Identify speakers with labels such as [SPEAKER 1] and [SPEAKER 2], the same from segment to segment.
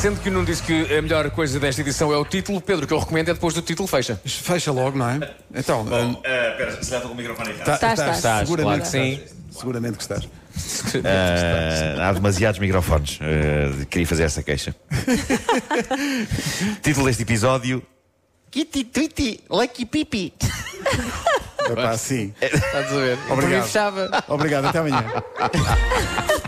[SPEAKER 1] Sendo que o Nuno disse que a melhor coisa desta edição é o título, Pedro, o que eu recomendo é depois do título fecha.
[SPEAKER 2] Fecha logo, não é? Então,
[SPEAKER 3] Bom, eh, espera, se já estou com o microfone errado.
[SPEAKER 2] tá-
[SPEAKER 4] Estás, estás.
[SPEAKER 2] seguramente
[SPEAKER 1] claro que
[SPEAKER 2] que estás. Seguramente que estás.
[SPEAKER 3] Eh, há demasiados microfones. Eh, queria fazer essa queixa. Título deste episódio: Kitty Twitty Lucky Pipi.
[SPEAKER 2] Epá, sim.
[SPEAKER 3] É.
[SPEAKER 1] Estás a ver?
[SPEAKER 2] Obrigado.
[SPEAKER 1] Fechava.
[SPEAKER 2] Obrigado, até amanhã. Epá,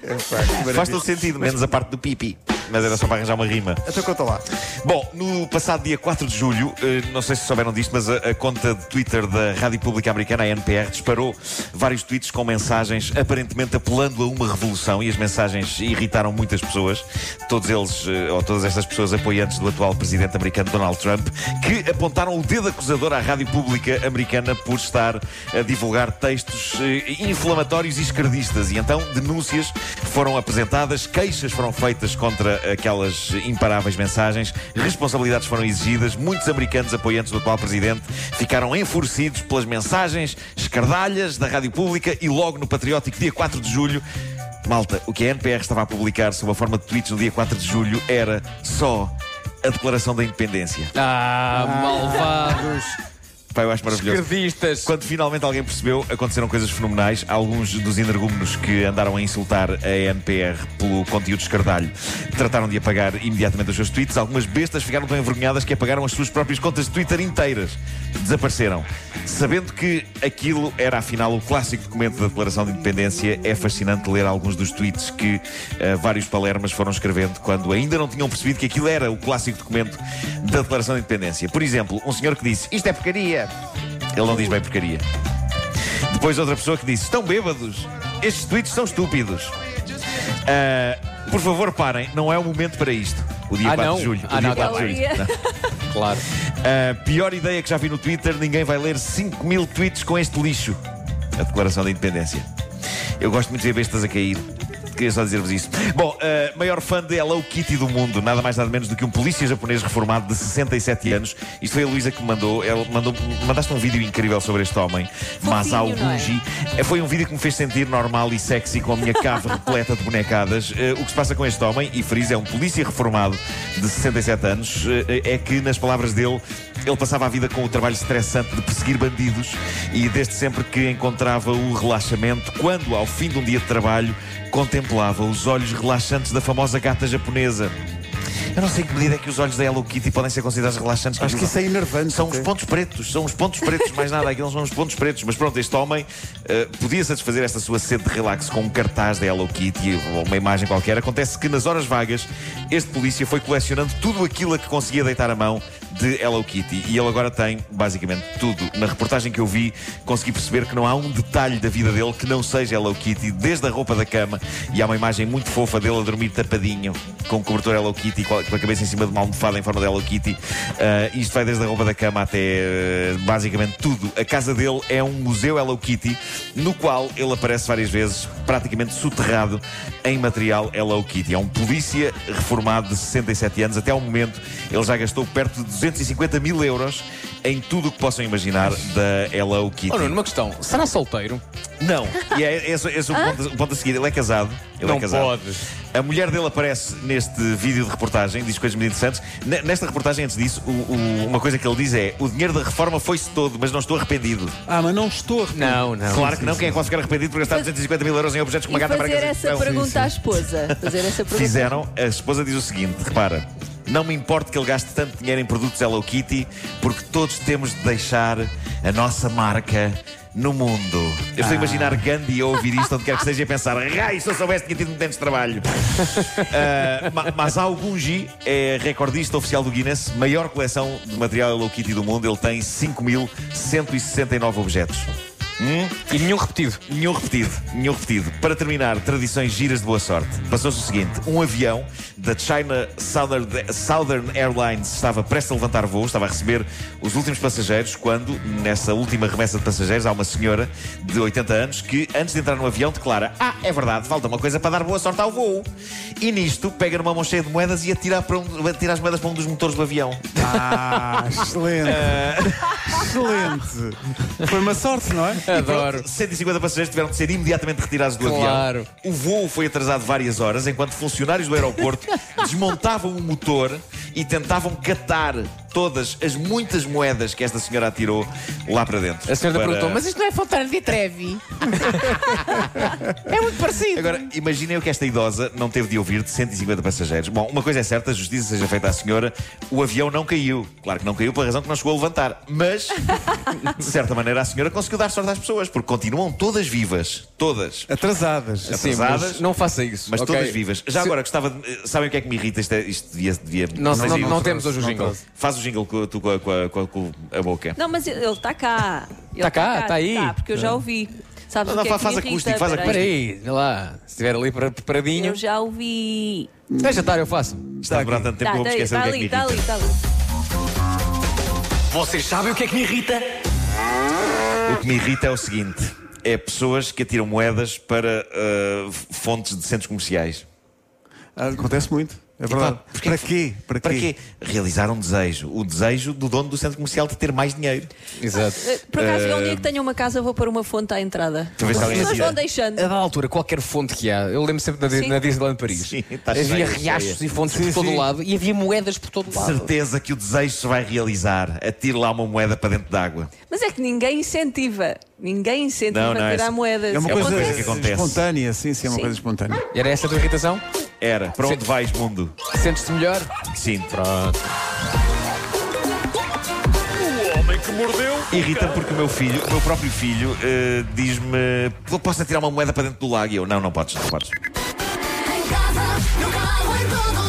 [SPEAKER 2] que
[SPEAKER 3] Faz
[SPEAKER 2] maravilha.
[SPEAKER 3] todo sentido, menos a parte do pipi. Mas era só para arranjar uma rima.
[SPEAKER 2] Então conta lá.
[SPEAKER 3] Bom, no passado dia 4 de julho, eh, não sei se souberam disto, mas a, a conta de Twitter da Rádio Pública Americana, a NPR, disparou vários tweets com mensagens aparentemente apelando a uma revolução e as mensagens irritaram muitas pessoas. Todos eles, eh, ou todas estas pessoas apoiantes do atual presidente americano Donald Trump, que apontaram o dedo acusador à Rádio Pública Americana por estar a divulgar textos eh, inflamatórios e esquerdistas. E então denúncias foram apresentadas, queixas foram feitas contra aquelas imparáveis mensagens, responsabilidades foram exigidas. Muitos americanos apoiantes do atual presidente ficaram enfurecidos pelas mensagens escardalhas da rádio pública e logo no patriótico dia 4 de julho. Malta, o que a NPR estava a publicar sob a forma de tweets no dia 4 de julho era só a declaração da independência.
[SPEAKER 1] Ah, malvados.
[SPEAKER 3] Pai, eu acho maravilhoso.
[SPEAKER 1] Esquerdistas.
[SPEAKER 3] Quando finalmente alguém percebeu, aconteceram coisas fenomenais. Alguns dos energúmenos que andaram a insultar a NPR pelo conteúdo escardalho trataram de apagar imediatamente os seus tweets. Algumas bestas ficaram tão envergonhadas que apagaram as suas próprias contas de Twitter inteiras. Desapareceram. Sabendo que aquilo era afinal o clássico documento da Declaração de Independência, é fascinante ler alguns dos tweets que ah, vários palermas foram escrevendo quando ainda não tinham percebido que aquilo era o clássico documento da Declaração de Independência. Por exemplo, um senhor que disse: Isto é porcaria. Ele não diz bem porcaria. Depois outra pessoa que disse: Estão bêbados? Estes tweets são estúpidos. Ah, por favor, parem, não é o momento para isto. O dia
[SPEAKER 1] Ah,
[SPEAKER 3] 4
[SPEAKER 1] não.
[SPEAKER 3] de julho. O
[SPEAKER 1] Ah,
[SPEAKER 3] dia
[SPEAKER 1] não,
[SPEAKER 3] 4 de
[SPEAKER 4] tá
[SPEAKER 3] julho.
[SPEAKER 4] bem.
[SPEAKER 3] Não.
[SPEAKER 1] Claro.
[SPEAKER 3] A pior ideia que já vi no Twitter: ninguém vai ler 5 mil tweets com este lixo. A Declaração da Independência. Eu gosto muito de ver bestas a cair. Queria só dizer-vos isso. Bom, a maior fã de Hello Kitty do mundo, nada mais nada menos do que um polícia japonês reformado de 67 anos. Isto foi a Luísa que me mandou. Ela mandou mandaste um vídeo incrível sobre este homem, Masao
[SPEAKER 4] não é?
[SPEAKER 3] Guji. Foi um vídeo que me fez sentir normal e sexy com a minha cave repleta de bonecadas. Eh, o que se passa com este homem, e friso, é um polícia reformado de 67 anos, eh, é que, nas palavras dele, ele passava a vida com o trabalho estressante de perseguir bandidos e desde sempre que encontrava o relaxamento, quando, ao fim de um dia de trabalho, contemplava os olhos relaxantes da famosa gata japonesa. Eu não sei em que medida é que os olhos da Hello Kitty podem ser considerados relaxantes.
[SPEAKER 2] Acho que isso é enervante.
[SPEAKER 3] São os
[SPEAKER 2] até.
[SPEAKER 3] pontos pretos, são os pontos pretos, mais nada, aqueles são os pontos pretos. Mas pronto, este homem eh, podia satisfazer esta sua sede de relax com um cartaz da Hello Kitty ou uma imagem qualquer. Acontece que nas horas vagas, este polícia foi colecionando tudo aquilo a que conseguia deitar a mão de Hello Kitty. E ele agora tem, basicamente, tudo. Na reportagem que eu vi, consegui perceber que não há um detalhe da vida dele que não seja Hello Kitty, desde a roupa da cama. E há uma imagem muito fofa dele a dormir tapadinho, com cobertor Hello Kitty, com a com a cabeça em cima de uma almofada em forma de Hello Kitty. Ah, isto vai desde a roupa da cama até eh, basicamente tudo. A casa dele é um museu Hello Kitty, no qual ele aparece várias vezes, praticamente soterrado em material Hello Kitty. É um polícia reformado de 67 anos. Até ao momento, ele já gastou perto de 250 mil euros em tudo o que possam imaginar da Hello Kitty.
[SPEAKER 1] Oh, Nuno, uma questão. Será solteiro?
[SPEAKER 3] Não, e é esse, esse é o, ponto, o ponto a seguir. Ele é casado. Ele
[SPEAKER 1] Não
[SPEAKER 3] é casado.
[SPEAKER 1] pode.
[SPEAKER 3] A mulher dele aparece neste vídeo de reportagem, diz coisas muito interessantes. Ne- Nesta reportagem, antes disso, o- o- uma coisa que ele diz é: o dinheiro da reforma foi-se todo, mas não estou arrependido.
[SPEAKER 2] Ah, mas não estou.
[SPEAKER 1] Não, não.
[SPEAKER 3] claro que não, quem é que pode ficar arrependido por gastar
[SPEAKER 4] Mas-
[SPEAKER 3] 250 mil euros em objetos com uma
[SPEAKER 4] E
[SPEAKER 3] gata branca
[SPEAKER 4] fazer
[SPEAKER 3] sem
[SPEAKER 4] essa
[SPEAKER 3] botão?
[SPEAKER 4] pergunta à esposa. Fazer essa pergunta.
[SPEAKER 3] Fizeram, a esposa diz o seguinte: repara, não me importa que ele gaste tanto dinheiro em produtos Hello Kitty, porque todos temos de deixar a nossa marca. No mundo. Eu estou a imaginar Gandhi a ouvir isto onde quer que esteja e a pensar, rai, se eu soubesse tinha tido muito menos trabalho. Uh, ma- mas há Gunji é recordista oficial do Guinness, maior coleção de material Hello Kitty do mundo. Ele tem 5.169 objetos.
[SPEAKER 1] E nenhum repetido.
[SPEAKER 3] Nenhum repetido, nenhum repetido. Para terminar, tradições giras de boa sorte. Passou-se o seguinte: um avião da China Southern, Southern Airlines estava prestes a levantar voo, estava a receber os últimos passageiros, quando, nessa última remessa de passageiros, há uma senhora de 80 anos que, antes de entrar no avião, declara: Ah, é verdade, falta uma coisa para dar boa sorte ao voo. E nisto, pega numa mão cheia de moedas e atira, para um- atira as moedas para um dos motores do avião.
[SPEAKER 2] Ah, excelente. Excelente. Foi uma sorte, não é?
[SPEAKER 1] Adoro.
[SPEAKER 3] 150 passageiros tiveram de ser imediatamente retirados do
[SPEAKER 1] Claro.
[SPEAKER 3] avião. O voo foi atrasado várias horas, enquanto funcionários do aeroporto desmontavam o motor e tentavam catar todas as muitas moedas que esta senhora atirou lá para dentro.
[SPEAKER 1] A senhora
[SPEAKER 3] Para-
[SPEAKER 1] perguntou, mas isto não é Fontana de Trevi? é muito parecido.
[SPEAKER 3] Agora, imaginem o que esta idosa não teve de ouvir de 150 passageiros. Bom, uma coisa é certa, a justiça seja feita à senhora, o avião não caiu. Claro que não caiu pela razão que não chegou a levantar. Mas, de certa maneira, a senhora conseguiu dar sorte às pessoas, porque continuam todas vivas. Todas.
[SPEAKER 2] Atrasadas.
[SPEAKER 3] É.
[SPEAKER 1] Sim, mas
[SPEAKER 3] atrasadas,
[SPEAKER 1] não faça isso.
[SPEAKER 3] Mas
[SPEAKER 1] ok?
[SPEAKER 3] todas vivas. Já
[SPEAKER 1] Se-
[SPEAKER 3] agora gostava de. Sabem o que é que me irrita? Isto, é- isto devia. devia
[SPEAKER 1] Não, não,
[SPEAKER 3] seja
[SPEAKER 1] não,
[SPEAKER 3] isso.
[SPEAKER 1] não temos hoje o
[SPEAKER 2] Não
[SPEAKER 1] jingle.
[SPEAKER 2] trouxe.
[SPEAKER 3] Faz o jingle com, tu, com, a- com a- com a- com a boca.
[SPEAKER 4] Não, mas ele está cá. Ele
[SPEAKER 1] Tá cá? Tá aí?
[SPEAKER 4] Tá, porque eu já ouvi. Sabes
[SPEAKER 3] Não,
[SPEAKER 4] o
[SPEAKER 3] não,
[SPEAKER 4] que é que
[SPEAKER 3] faz
[SPEAKER 4] me irrita?
[SPEAKER 3] acústico, faz
[SPEAKER 4] Peraí.
[SPEAKER 1] Espera aí, vê lá. Se estiver ali para- preparadinho.
[SPEAKER 4] Eu já ouvi.
[SPEAKER 1] Deixa estar, eu faço.
[SPEAKER 3] Está a demorar tanto tempo
[SPEAKER 4] Tá,
[SPEAKER 3] que eu vou me
[SPEAKER 4] daí,
[SPEAKER 3] esquecer
[SPEAKER 4] tá
[SPEAKER 3] do que é que me
[SPEAKER 4] ali, tá
[SPEAKER 3] irrita.
[SPEAKER 4] ali, tá ali.
[SPEAKER 5] Vocês sabem o que é que me irrita?
[SPEAKER 3] O que me irrita é o seguinte: é pessoas que atiram moedas para ah, f- fontes de centros comerciais.
[SPEAKER 2] Ah, Acontece muito. É verdade.
[SPEAKER 3] Epá, porquê-
[SPEAKER 2] Para quê? Para
[SPEAKER 3] Para
[SPEAKER 2] quê?
[SPEAKER 3] quê? Realizar um desejo. O desejo do dono do centro comercial de ter mais dinheiro.
[SPEAKER 1] Exato.
[SPEAKER 4] Eh, Por acaso, eu um dia que tenho uma casa, vou pôr uma fonte à entrada.
[SPEAKER 3] Tu vês se
[SPEAKER 4] As
[SPEAKER 3] alguém
[SPEAKER 4] pessoas
[SPEAKER 3] atira.
[SPEAKER 4] vão deixando.
[SPEAKER 1] A dada É altura, qualquer fonte que há, eu lembro sempre na, Di-
[SPEAKER 4] Sim.
[SPEAKER 1] na Disneyland Paris.
[SPEAKER 3] Sim, tá
[SPEAKER 1] havia
[SPEAKER 3] cheia,
[SPEAKER 1] riachos
[SPEAKER 3] cheia.
[SPEAKER 1] e fontes por todo o lado e havia moedas por todo o lado.
[SPEAKER 3] Certeza que o desejo se vai realizar. Atire lá uma moeda para dentro d'água.
[SPEAKER 4] Mas é que ninguém incentiva. Ninguém incentiva
[SPEAKER 3] Não, não,
[SPEAKER 4] a tirar
[SPEAKER 3] é-
[SPEAKER 4] moedas.
[SPEAKER 2] É uma
[SPEAKER 3] É uma
[SPEAKER 2] coisa,
[SPEAKER 3] coisa que acontece.
[SPEAKER 2] espontânea, sim, sim, é uma
[SPEAKER 4] Sim.
[SPEAKER 2] coisa espontânea.
[SPEAKER 1] Era essa a tua irritação?
[SPEAKER 3] Era. Para onde vais, mundo?
[SPEAKER 1] Sentes-te melhor?
[SPEAKER 3] Sim. Pronto. Irrita porque o meu filho, o meu próprio filho, eh, diz-me: "Pô, posso atirar uma moeda para dentro do lago? E eu: não, não podes, não podes.
[SPEAKER 6] Em casa, no carro, em todo